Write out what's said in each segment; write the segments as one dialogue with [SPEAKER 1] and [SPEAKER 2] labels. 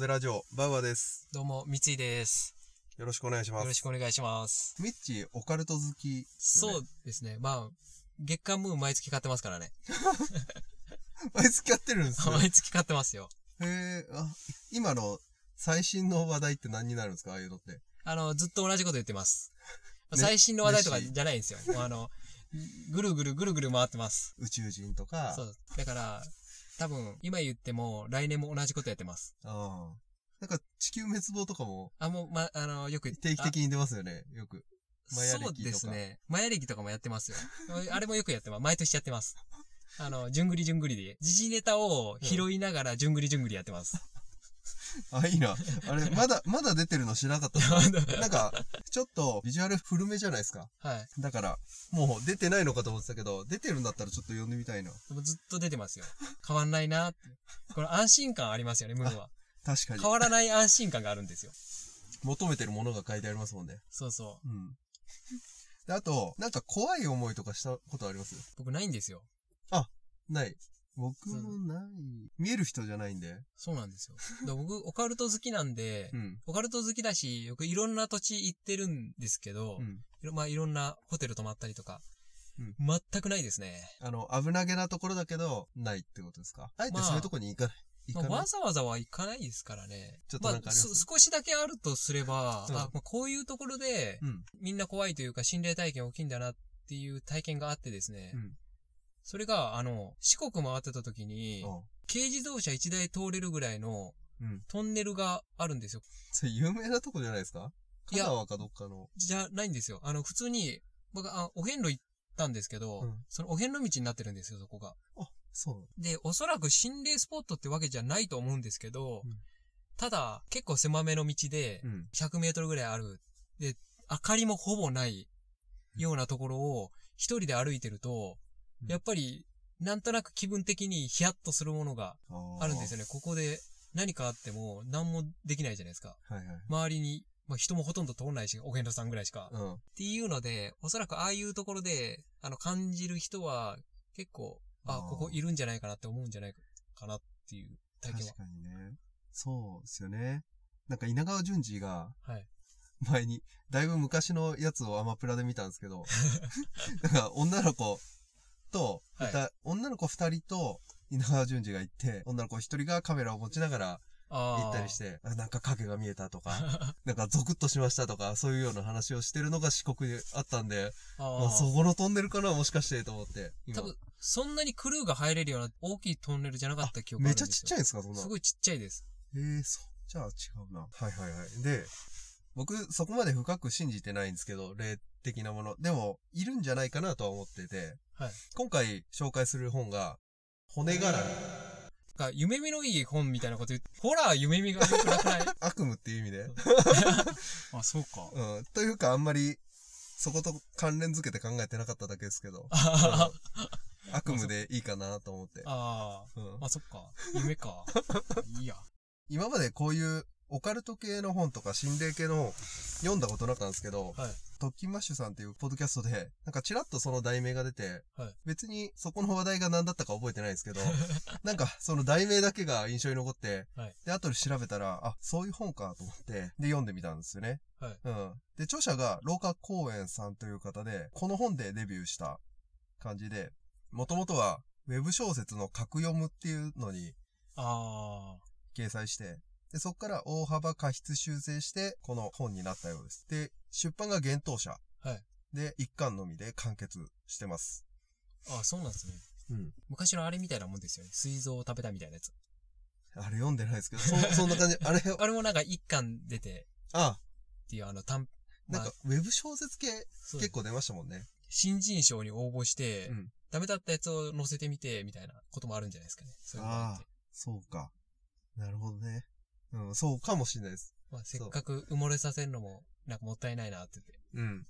[SPEAKER 1] ゼラジオ、バウアーです。
[SPEAKER 2] どうも、三井です。
[SPEAKER 1] よろしくお願いしま
[SPEAKER 2] よろ
[SPEAKER 1] す。
[SPEAKER 2] しくお願いします。
[SPEAKER 1] ミッチー、オカルト好き、
[SPEAKER 2] そう。ですね。まあ、月刊ムーン毎月買ってますからね。
[SPEAKER 1] あいつ買ってるんですね。
[SPEAKER 2] 毎月買ってますよ。
[SPEAKER 1] へえあ、今の最新の話題って何になるんですかああいうのって。
[SPEAKER 2] あの、ずっと同じこと言ってます。
[SPEAKER 1] ね
[SPEAKER 2] 最新の話題とか
[SPEAKER 1] 嬉しい
[SPEAKER 2] じゃないんですよ。もうあの、ぐるぐるぐるぐる回ってます。
[SPEAKER 1] 宇宙人とか。
[SPEAKER 2] そう。だから、多分、今言っても、来年も同じことやってます。
[SPEAKER 1] うん。なんか地球滅亡とかも
[SPEAKER 2] あ、もう、ま、あの、よく
[SPEAKER 1] 定期的に出ますよね。よく。
[SPEAKER 2] あ
[SPEAKER 1] マヤ歴と
[SPEAKER 2] そ
[SPEAKER 1] か
[SPEAKER 2] うですね。マヤ歴とかもやってますよ。 あれもよくやってます。毎年やってます。あの、じゅんぐりじゅんぐりで。時事ネタを拾いながら、じゅんぐりじゅんぐりやってます。
[SPEAKER 1] あ、いいな。あ れ、まだ、まだ出てるの知らなかったな。なんか、ちょっとビジュアル古めじゃないですか。
[SPEAKER 2] はい。
[SPEAKER 1] だから、もう出てないのかと思ってたけど、出てるんだったらちょっと読んでみたいな。
[SPEAKER 2] でもずっと出てま すよ。変わんないなって。この安心感ありますよね、ムーンは。
[SPEAKER 1] 確かに
[SPEAKER 2] 変。わらない安心感があるんですよ。
[SPEAKER 1] 求めてるものが書いてありますもんね。
[SPEAKER 2] そうそう。
[SPEAKER 1] うん。で、あと、なんか怖い思いとかしたことあります
[SPEAKER 2] 僕ないんですよ。
[SPEAKER 1] ない。僕もない。見える人じゃないんで。
[SPEAKER 2] そうなんですよ。だから僕、オカルト好きなんで
[SPEAKER 1] う、ん。
[SPEAKER 2] オカルト好きだし、よくいろんな土地行ってるんですけど、
[SPEAKER 1] うん。
[SPEAKER 2] いろまあいろんなホテル泊まったりとか、
[SPEAKER 1] うん
[SPEAKER 2] 全くないですね。
[SPEAKER 1] あの、危なげなところだけど、ないってことですかあえて
[SPEAKER 2] まあ
[SPEAKER 1] そういうとこに行かない。行か
[SPEAKER 2] まあ、
[SPEAKER 1] ない
[SPEAKER 2] わ。ざわざは行かないですからね。
[SPEAKER 1] ちょっとなんかあります
[SPEAKER 2] まあす少しだけあるとすれば、
[SPEAKER 1] うん
[SPEAKER 2] あまあ、こういうところで、
[SPEAKER 1] うん。
[SPEAKER 2] みんな怖いというか心霊体験大きいんだなっていう体験があってですね。
[SPEAKER 1] うん
[SPEAKER 2] それが、あの、四国回ってた時に、
[SPEAKER 1] おう
[SPEAKER 2] 軽自動車1台通れるぐらいの
[SPEAKER 1] うん。
[SPEAKER 2] トンネルがあるんですよ。
[SPEAKER 1] それ有名なとこじゃないですか
[SPEAKER 2] い
[SPEAKER 1] 香
[SPEAKER 2] や
[SPEAKER 1] 川かどっかの。
[SPEAKER 2] じゃないんですよ。あの、普通に、僕、あお遍路行ったんですけど、
[SPEAKER 1] うん
[SPEAKER 2] そのお遍路道になってるんですよ、そこが。
[SPEAKER 1] そ
[SPEAKER 2] で、おそらく心霊スポットってわけじゃないと思うんですけど、
[SPEAKER 1] うん
[SPEAKER 2] ただ、結構狭めの道で
[SPEAKER 1] う。、うん。
[SPEAKER 2] 100メートルぐらいある。で、明かりもほぼないようなところを一人で歩いてると、
[SPEAKER 1] うん
[SPEAKER 2] やっぱり、なんとなく気分的にヒヤッとするものがあるんですよね。ここで何かあっても何もできないじゃないですか。
[SPEAKER 1] よ。はいはい。
[SPEAKER 2] 周りに、まあ、人もほとんど通んないし、お遍路さんぐらいしか。っ
[SPEAKER 1] うん。
[SPEAKER 2] ていうので、おそらくああいうところで、あの、感じる人は結構、あ
[SPEAKER 1] あー、
[SPEAKER 2] ここいるんじゃないかなって思うんじゃないかなっていう体験
[SPEAKER 1] 確かにね。そうですよね。なんか稲川淳二が、
[SPEAKER 2] は。はい。
[SPEAKER 1] 前に、だいぶ昔のやつをアマプラで見たんですけ ど、なんか女の子と、
[SPEAKER 2] はい
[SPEAKER 1] だ女の子二人と稲川淳二が行って、女の子一人がカメラを持ちながら
[SPEAKER 2] ああ。
[SPEAKER 1] 行ったりして、あなんか影が見えた とか、なんかゾクッとしましたとか、そういうような話をしてるのが四国であったんで、
[SPEAKER 2] あ
[SPEAKER 1] ま
[SPEAKER 2] あ
[SPEAKER 1] あ、そこのトンネルかなもしかしてと思って、
[SPEAKER 2] 多分、そんなにクルーが入れるような大きいトンネルじゃなかった記憶が
[SPEAKER 1] め
[SPEAKER 2] あるん
[SPEAKER 1] ち
[SPEAKER 2] で
[SPEAKER 1] ゃちっ
[SPEAKER 2] す
[SPEAKER 1] ちゃ
[SPEAKER 2] よ。
[SPEAKER 1] いんですか、そんな
[SPEAKER 2] す。ごいちっちゃいです。
[SPEAKER 1] えー、そう。じゃあ違うな。はいはいはい。で、僕そこまで深く信じてないんですけど、霊的なもの。でも、いるんじゃないかなとは思ってて、
[SPEAKER 2] はい
[SPEAKER 1] 今回紹介する本が、骨絡み。
[SPEAKER 2] が夢見のいい本みたいなこと言って、ホラー夢見が良くな くない
[SPEAKER 1] 悪夢っていう意味で。
[SPEAKER 2] あ、そうか。
[SPEAKER 1] うん。というか、あんまり、そこと関連づけて考えてなかっただけですけど、
[SPEAKER 2] あ
[SPEAKER 1] 悪夢でいいかなと思って。
[SPEAKER 2] あ
[SPEAKER 1] うん
[SPEAKER 2] ー、まあそっか。夢か。いいや。
[SPEAKER 1] 今までこういうオカルト系の本とか心霊系の本読んだことなかったんですけど、
[SPEAKER 2] はい
[SPEAKER 1] トッキンマッシュさんっていうポッドキャストで、なんかチラッとその題名が出て、
[SPEAKER 2] はい
[SPEAKER 1] 別にそこの話題が何だったか覚えてないですけ ど、なんかその題名だけが印象に残って、
[SPEAKER 2] はい
[SPEAKER 1] で、後で調べたら、あ、そういう本かと思って、で、読んでみたんですよね。
[SPEAKER 2] はい
[SPEAKER 1] うん。で、著者が廊下公園さんという方で、この本でデビューした感じで、もともとはウェブ小説の格読むっていうのに
[SPEAKER 2] あ
[SPEAKER 1] 掲載して、で、そこから大幅過失修正して、この本になったようです。で、出版が幻冬者。
[SPEAKER 2] はい
[SPEAKER 1] で、一巻のみで完結してます。
[SPEAKER 2] あ。ああ、そうなんですね。
[SPEAKER 1] うん。
[SPEAKER 2] 昔のあれみたいなもんですよね。膵臓を食べたみたいなやつ。
[SPEAKER 1] あれ読んでないですけど、そ、 そんな感じ。あれ、
[SPEAKER 2] あれもなんか一巻出て
[SPEAKER 1] あ、
[SPEAKER 2] っていうあの短、
[SPEAKER 1] なん
[SPEAKER 2] ま
[SPEAKER 1] かウ
[SPEAKER 2] あ、
[SPEAKER 1] ェブ小説系、
[SPEAKER 2] そう
[SPEAKER 1] 結構出ましたもんね。
[SPEAKER 2] 新人賞に応募して、
[SPEAKER 1] うん
[SPEAKER 2] ダメだったやつを載せてみて、みたいなこともあるんじゃないですかね。そういうのがあって。
[SPEAKER 1] そうか。なるほどね。うん、そうかもしれないです。
[SPEAKER 2] まあ、せっかく埋もれさせるのも、なんかもったいないなって言って。
[SPEAKER 1] うん。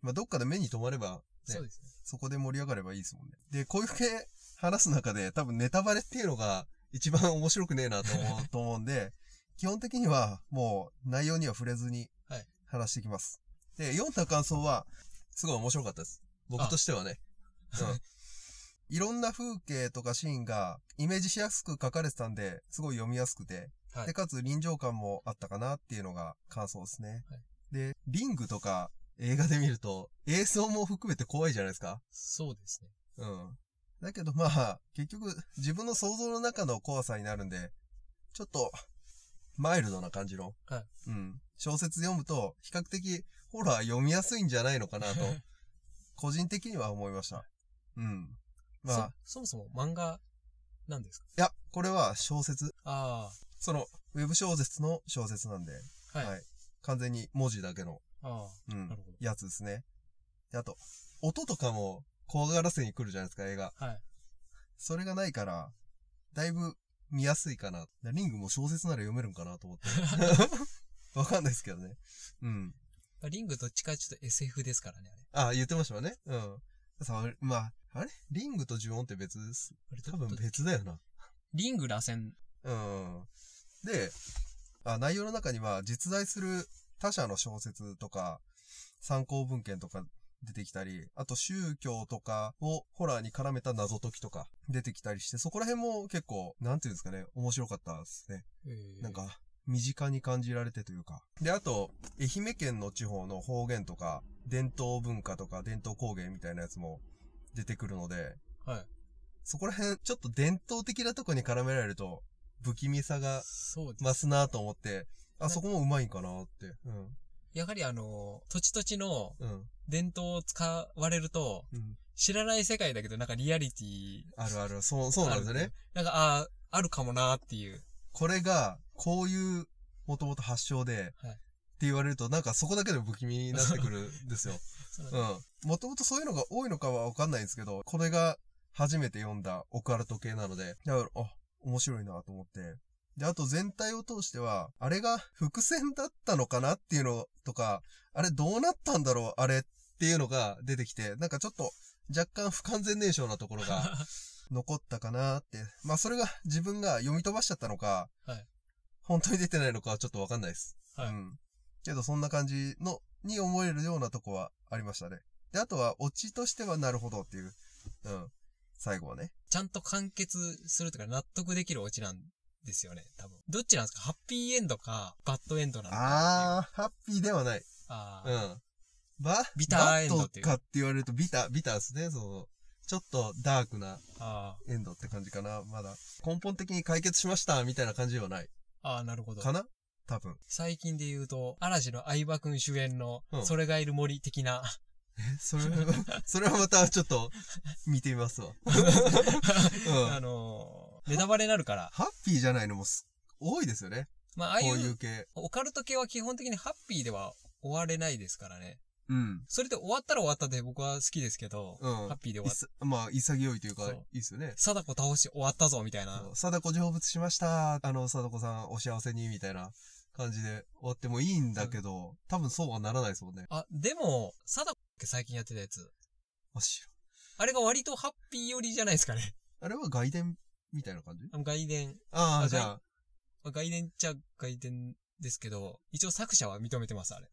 [SPEAKER 1] まあ、どっかで目に留まれば、ね
[SPEAKER 2] そうですね。
[SPEAKER 1] そこで盛り上がればいいですもんね。で、こういう系話す中で多分ネタバレっていうのが一番面白くねえなと 思うと思うんで、基本的にはもう内容には触れずに
[SPEAKER 2] はい
[SPEAKER 1] 話していきます。で、読んだ感想はすごい面白かったです。僕としてはね。うん。いろんな風景とかシーンがイメージしやすく書かれてたんで、すごい読みやすくて、
[SPEAKER 2] はい
[SPEAKER 1] で、かつ臨場感もあったかなっていうのが感想ですね。
[SPEAKER 2] はい
[SPEAKER 1] で、リングとか映画で見ると映像も含めて怖いじゃないですか。
[SPEAKER 2] そうですね。
[SPEAKER 1] うん。だけどまあ、結局自分の想像の中の怖さになるんで、ちょっと、マイルドな感じの。
[SPEAKER 2] は
[SPEAKER 1] う
[SPEAKER 2] い
[SPEAKER 1] ん。小説読むと、比較的、ホラー読みやすいんじゃないのか なと、個人的には思いました。うん。まあ、
[SPEAKER 2] そ、そもそも漫画なんですか
[SPEAKER 1] いや、これは小説。
[SPEAKER 2] あ
[SPEAKER 1] その、ウェブ小説の小説なんで、
[SPEAKER 2] あ、はい。
[SPEAKER 1] はい完全に文字だけの、
[SPEAKER 2] あ
[SPEAKER 1] うん
[SPEAKER 2] なるほど、
[SPEAKER 1] やつですね。であと、音とかも怖がらせに来るじゃないですか、映画。
[SPEAKER 2] あ、はい。
[SPEAKER 1] それがないから、だいぶ見やすいかな。リングも小説なら読めるんかなと 思って。わかんないですけどね。うん。
[SPEAKER 2] まあリングどっちかちょっと SF ですからね、あれ。
[SPEAKER 1] あ、言ってましたね。うん。さまあ、あれリングと呪音って別です。
[SPEAKER 2] あれど
[SPEAKER 1] 多分
[SPEAKER 2] ど
[SPEAKER 1] 別だよな。
[SPEAKER 2] リング螺旋。
[SPEAKER 1] うん。で、あ内容の中には実在する他者の小説とか、参考文献とか出てきたり、あと宗教とかをホラーに絡めた謎解きとか出てきたりして、そこら辺も結構、なんていうんですかね、面白かったですね。なんか、身近に感じられてというか。で、あと、愛媛県の地方の方言とか、伝統文化とか伝統工芸みたいなやつも出てくるので、
[SPEAKER 2] はい。
[SPEAKER 1] そこら辺、ちょっと伝統的なとこに絡められると、不気味さが
[SPEAKER 2] そうです。
[SPEAKER 1] ますなと思って、あ、そこもうまいんかなって。うん。
[SPEAKER 2] やはりあの、土地土地の
[SPEAKER 1] うん。
[SPEAKER 2] 伝統を使われると、
[SPEAKER 1] うん。
[SPEAKER 2] 知らない世界だけどなんかリアリティ
[SPEAKER 1] あるある。そう、そうなんですよね。
[SPEAKER 2] なんか、ああ、あるかもなーっていう。
[SPEAKER 1] これが、こういう、もともと発祥で、
[SPEAKER 2] はい
[SPEAKER 1] って言われると、なんかそこだけでも不気味になってくるんですよ。
[SPEAKER 2] そう
[SPEAKER 1] うん。もともとそういうのが多いのかはわかんないんですけど、これが初めて読んだオカルト系なので、だから、あ、面白いなと思って。で、あと全体を通しては、あれが伏線だったのかなっていうのとか、あれどうなったんだろうあれっていうのが出てきて、なんかちょっと若干不完全燃焼なところが残ったかなって。まあそれが自分が読み飛ばしちゃったのか、
[SPEAKER 2] はい
[SPEAKER 1] 本当に出てないのかはちょっとわかんないです。
[SPEAKER 2] はい
[SPEAKER 1] うん。けどそんな感じの、に思えるようなとこはありましたね。で、あとはオチとしてはなるほどっていう。うん。最後はね。
[SPEAKER 2] ちゃんと完結するとか納得できるオチなんですよね、多分。どっちなんですかハッピーエンドか、バッドエンドなのか
[SPEAKER 1] あー、ハッピーではない。
[SPEAKER 2] あ
[SPEAKER 1] う
[SPEAKER 2] あー。
[SPEAKER 1] ん。バ
[SPEAKER 2] ビターエンド
[SPEAKER 1] バ
[SPEAKER 2] っていう
[SPEAKER 1] かって言われるとビタ、ビターですね。その、ちょっとダークな
[SPEAKER 2] あ
[SPEAKER 1] エンドって感じかな。まだ。根本的に解決しましたみたいな感じではない。
[SPEAKER 2] あ、ああ、なるほど
[SPEAKER 1] か。な多分。
[SPEAKER 2] 最近で言うと、嵐の相葉くん主演の
[SPEAKER 1] う、ん
[SPEAKER 2] それがいる森的な、
[SPEAKER 1] それ、それはまたちょっと見てみますわ。うん。
[SPEAKER 2] あ
[SPEAKER 1] ハ
[SPEAKER 2] のー、ネタバレになるから。
[SPEAKER 1] ッピーじゃないのもす多いですよね。
[SPEAKER 2] まあ、ああい、
[SPEAKER 1] こういうう系。
[SPEAKER 2] オカルト系は基本的にハッピーでは終われないですからね。
[SPEAKER 1] うん。
[SPEAKER 2] それで終わったら終わったで僕は好きですけど、
[SPEAKER 1] うん
[SPEAKER 2] ハッピーで
[SPEAKER 1] い
[SPEAKER 2] 終わっ
[SPEAKER 1] さまあ、潔いというか、
[SPEAKER 2] そ
[SPEAKER 1] いういですよね。
[SPEAKER 2] 貞子倒して終わったぞみたいな。
[SPEAKER 1] 貞子成仏しました。あの、貞子さんお幸せに、みたいな感じで終わってもいいんだけど、多分そうはならないですもんね。
[SPEAKER 2] あ、でも、貞子って最近やってたやつ。
[SPEAKER 1] あ、し
[SPEAKER 2] あれが割とハッピー寄りじゃないですかね。
[SPEAKER 1] あれは外伝みたいな感じ
[SPEAKER 2] あの外伝。
[SPEAKER 1] ああ、
[SPEAKER 2] あ
[SPEAKER 1] じゃあ、
[SPEAKER 2] まあ外伝っちゃ外伝ですけど、一応作者は認めてます、あれ。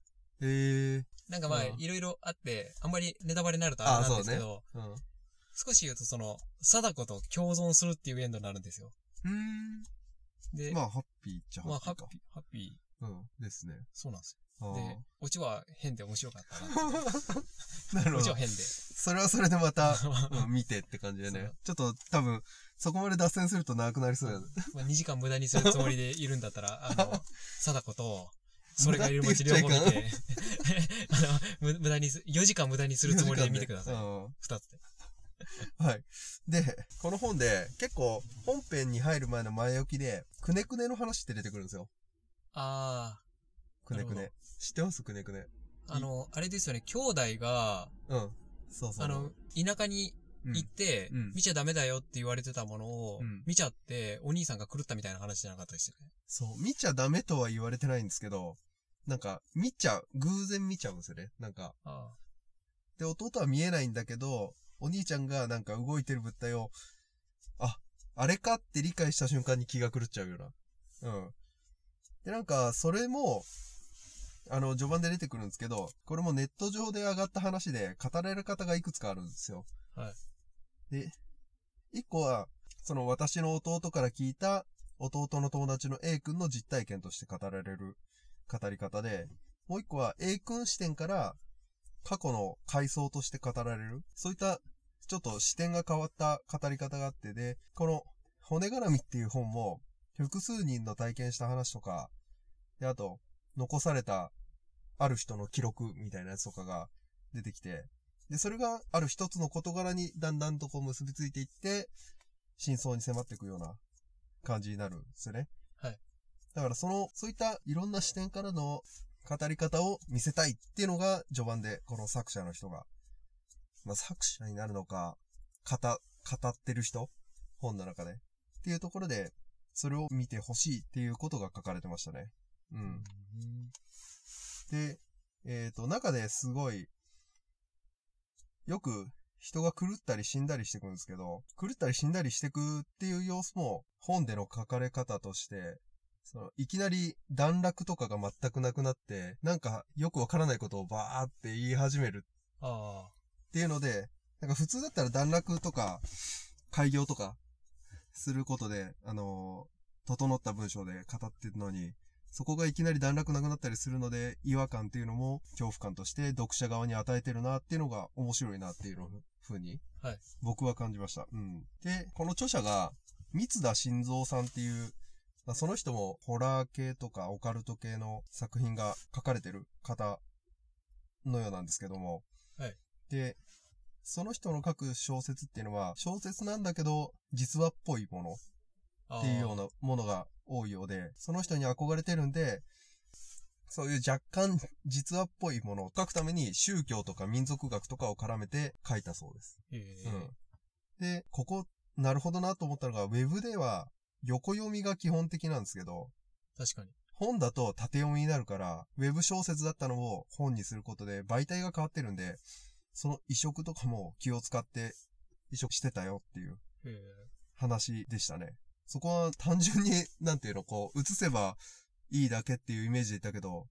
[SPEAKER 1] へえ。
[SPEAKER 2] なんかまあ、
[SPEAKER 1] うん
[SPEAKER 2] いろいろあって、あんまりネタバレになるとあれなんですけ
[SPEAKER 1] あ
[SPEAKER 2] ど、
[SPEAKER 1] うん。う
[SPEAKER 2] 少し言うとその、貞子と共存するっていうエンドになるんですよ。で、
[SPEAKER 1] ーん。まあ、ハッピーっちゃハ
[SPEAKER 2] まあ
[SPEAKER 1] ッピ
[SPEAKER 2] ハ
[SPEAKER 1] ー
[SPEAKER 2] ッ
[SPEAKER 1] か。
[SPEAKER 2] ピー、ハッピ
[SPEAKER 1] うん。ですね。
[SPEAKER 2] ー、そうなんです
[SPEAKER 1] あ
[SPEAKER 2] よ。
[SPEAKER 1] ー
[SPEAKER 2] で、オチは変で面白 かったな。
[SPEAKER 1] なるほ
[SPEAKER 2] オチ
[SPEAKER 1] ど
[SPEAKER 2] は。変で。
[SPEAKER 1] それはそれでま た、うん、見てって感じでね。ちょっと多分、そこまで脱線すると長くなりそうやね。
[SPEAKER 2] まあ、2時間無駄にするつもりでいるんだっ たら、あの、貞子と、それがいる
[SPEAKER 1] 無駄っ
[SPEAKER 2] 街
[SPEAKER 1] て
[SPEAKER 2] 両
[SPEAKER 1] 言っ
[SPEAKER 2] 方
[SPEAKER 1] ち
[SPEAKER 2] 見
[SPEAKER 1] ゃいかん
[SPEAKER 2] て、 あの、む無駄にす、4時間無駄にするつもりで見てください。
[SPEAKER 1] うん
[SPEAKER 2] 二つで。
[SPEAKER 1] はい。で、この本で、結構、本編に入る前の前置きで、くねくねの話って出てくるんですよ。
[SPEAKER 2] あ
[SPEAKER 1] くねく
[SPEAKER 2] なる
[SPEAKER 1] ね。知ってますくねくね。
[SPEAKER 2] あ、あの、あれですよね、兄弟が、
[SPEAKER 1] うん。そうそう。
[SPEAKER 2] あの、田舎に
[SPEAKER 1] うん、
[SPEAKER 2] 行って、
[SPEAKER 1] うん
[SPEAKER 2] 見ちゃダメだよって言われてたものを、
[SPEAKER 1] うん
[SPEAKER 2] 見ちゃって、お兄さんが狂ったみたいな話じゃなかったでしたっ
[SPEAKER 1] そう、見ちゃダメとは言われてないんですけど、なんか、見ちゃう、偶然見ちゃうんですよね。なんか、
[SPEAKER 2] けあ
[SPEAKER 1] で、弟は見えないんだけど、お兄ちゃんがなんか動いてる物体を、あ、あれかって理解した瞬間に気が狂っちゃうような。うん。で、なんか、それも、あの、序盤で出てくるんですけど、これもネット上で上がった話で、語れる方がいくつかあるんですよ。
[SPEAKER 2] は
[SPEAKER 1] で、一個は、その私の弟から聞いた弟の友達の A 君の実体験として語られる語り方で、もう一個は A 君視点から過去の回想として語られる。そういったちょっと視点が変わった語り方があってで、この骨絡みっていう本も複数人の体験した話とか、で、あと残されたある人の記録みたいなやつとかが出てきて、で、それがある一つの事柄にだんだんとこう結びついていって、真相に迫っていくような感じになるんですよね。
[SPEAKER 2] はい。
[SPEAKER 1] だからその、そういったいろんな視点からの語り方を見せたいっていうのが序盤でこの作者の人が、まあ、作者になるのか、語、語ってる人本の中で。っていうところで、それを見てほしいっていうことが書かれてましたね。うん。で、えっ、と、中ですごい、よく人が狂ったり死んだりしてくんですけど、狂ったり死んだりしてくっていう様子も本での書かれ方として、そのいきなり段落とかが全くなくなって、なんかよくわからないことをバーって言い始める
[SPEAKER 2] あ
[SPEAKER 1] っていうので、なんか普通だったら段落とか、開業とか、することで、あのー整った文章で語ってるのに、そこがいきなり段落なくなったりするので、違和感っていうのも恐怖感として読者側に与えてるなっていうのが面白いなっていうふうに、
[SPEAKER 2] はい
[SPEAKER 1] 僕は感じました。うん。で、この著者が、三田晋三さんっていう、まあその人もホラー系とかオカルト系の作品が書かれてる方のようなんですけども、で、その人の書く小説っていうのは、小説なんだけど、実話っぽいもの
[SPEAKER 2] あ。
[SPEAKER 1] っていうようなものが多いようで、その人に憧れてるんで、そういう若干実話っぽいものを書くために宗教とか民族学とかを絡めて書いたそうです。
[SPEAKER 2] へえ
[SPEAKER 1] うん。で、ここ、なるほどなと思ったのが、ウェブでは横読みが基本的なんですけど、
[SPEAKER 2] 確かに。
[SPEAKER 1] 本だと縦読みになるから、ウェブ小説だったのを本にすることで媒体が変わってるんで、その移植とかも気を使って移植してたよっていう
[SPEAKER 2] へえ
[SPEAKER 1] 話でしたね。そこは単純に、なんていうの、こう、映せばいいだけっていうイメージでいたけど、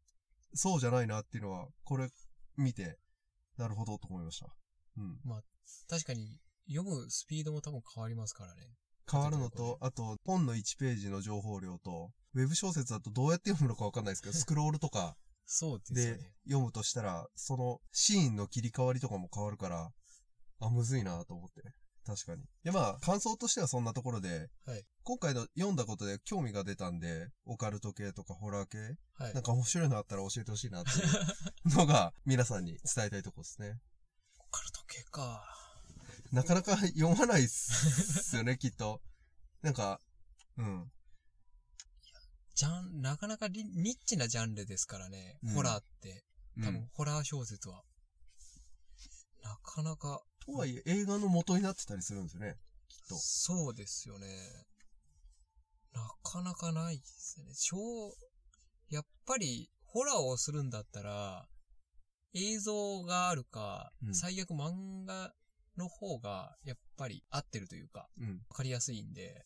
[SPEAKER 1] そうじゃないなっていうのは、これ見て、なるほどと思いました。うん。
[SPEAKER 2] 確かに、読むスピードも多分変わりますからね。
[SPEAKER 1] 変わるのと、あと、本の1ページの情報量と、ウェブ小説だとどうやって読むのかわかんないですけど、スクロールとか、
[SPEAKER 2] そうですよ
[SPEAKER 1] で
[SPEAKER 2] ね。、
[SPEAKER 1] 読むとしたら、そのシーンの切り替わりとかも変わるから、あ、むずいなと思って。確かに。で、まあ、感想としてはそんなところで、
[SPEAKER 2] はい
[SPEAKER 1] 今回の読んだことで興味が出たんで、オカルト系とかホラー系、
[SPEAKER 2] はい
[SPEAKER 1] なん。か面白いのあったら教えてほしいなっていうの が、皆さんに伝えたいところですね。
[SPEAKER 2] オカルト系か。
[SPEAKER 1] なかなか読まないっす よね、きっと。なんか、うん。
[SPEAKER 2] じゃん、なかなかリニッチなジャンルですからね。
[SPEAKER 1] うん
[SPEAKER 2] ホラーって。
[SPEAKER 1] うん
[SPEAKER 2] 多分、ホラー小説は。なかなか、
[SPEAKER 1] とはいえ、映画の元になってたりするんですよね。と
[SPEAKER 2] そうですよね。なかなかないですね。小、やっぱり、ホラーをするんだったら、映像があるか、
[SPEAKER 1] うん
[SPEAKER 2] 最悪漫画の方が、やっぱり合ってるというか、
[SPEAKER 1] うん。
[SPEAKER 2] わかりやすいんで、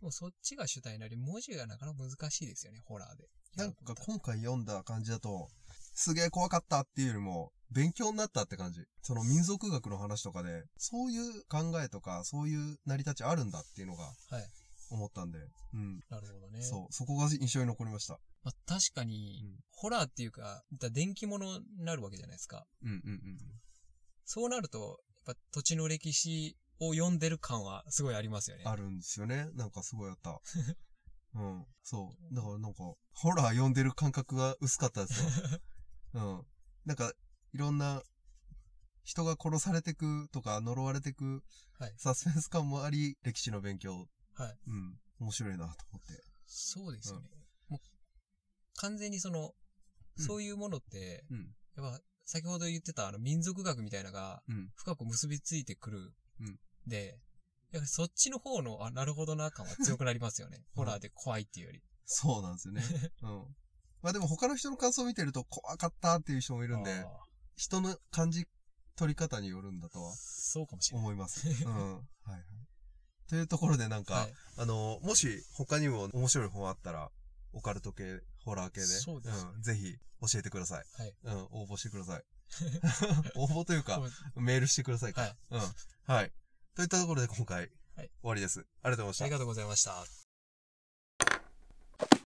[SPEAKER 2] でもそっちが主体になり、文字がなかなか難しいですよね、ホラーで。
[SPEAKER 1] なんか今回読んだ感じだと、すげえ怖かったっていうよりも、勉強になったって感じ。その民族学の話とかで、そういう考えとか、そういう成り立ちあるんだっていうのが
[SPEAKER 2] はい、
[SPEAKER 1] 思ったんで、うん。
[SPEAKER 2] なるほどね。
[SPEAKER 1] そう、そこが印象に残りました。
[SPEAKER 2] まあ、確かに、
[SPEAKER 1] うん
[SPEAKER 2] ホラーっていうか、だ電気物になるわけじゃないですか。
[SPEAKER 1] うんうんうん。
[SPEAKER 2] そうなると、やっぱ土地の歴史を読んでる感はすごいありますよね。
[SPEAKER 1] あるんですよね。なんかすごいあった。 うん。そう。だからなんか、ホラー読んでる感覚が薄かったです よ。うん。なんか、いろんな、人が殺されてくとか、呪われてく、
[SPEAKER 2] はい
[SPEAKER 1] サスペンス感もあり、歴史の勉強。
[SPEAKER 2] はい
[SPEAKER 1] うん。面白いなと思って。
[SPEAKER 2] そうですよね。もう完全にそ
[SPEAKER 1] う
[SPEAKER 2] の、
[SPEAKER 1] ん
[SPEAKER 2] そういうものって、
[SPEAKER 1] うん。
[SPEAKER 2] やっぱ先ほど言ってたあの民族学みたいなのが
[SPEAKER 1] うん。
[SPEAKER 2] 深く結びついてくる。
[SPEAKER 1] うん
[SPEAKER 2] で、やっぱりそっちの方の、あ、なるほどな感は強くなりますよね。ホラーで怖いっていうより。
[SPEAKER 1] そうなん ですよね。うん。まあでも他の人の感想を見てると怖かったっていう人もいるん
[SPEAKER 2] あ
[SPEAKER 1] で
[SPEAKER 2] ー、
[SPEAKER 1] 人の感じ取り方によるんだとは
[SPEAKER 2] そうかもしれない。
[SPEAKER 1] 思います。うん。はいはい。というところでなんか、
[SPEAKER 2] はい
[SPEAKER 1] あの、もし他にも面白い本あったら、オカルト系、ホラー系で、
[SPEAKER 2] そうですね
[SPEAKER 1] ん、ぜひ教えてください。
[SPEAKER 2] はい
[SPEAKER 1] うん、応募してくだ さい。応募というか
[SPEAKER 2] ごめん、
[SPEAKER 1] メールしてくださいか。
[SPEAKER 2] はい。
[SPEAKER 1] うん。はい。といったところで今回、
[SPEAKER 2] はい
[SPEAKER 1] 終わりです。ありがとうございました
[SPEAKER 2] あり。がとうございました。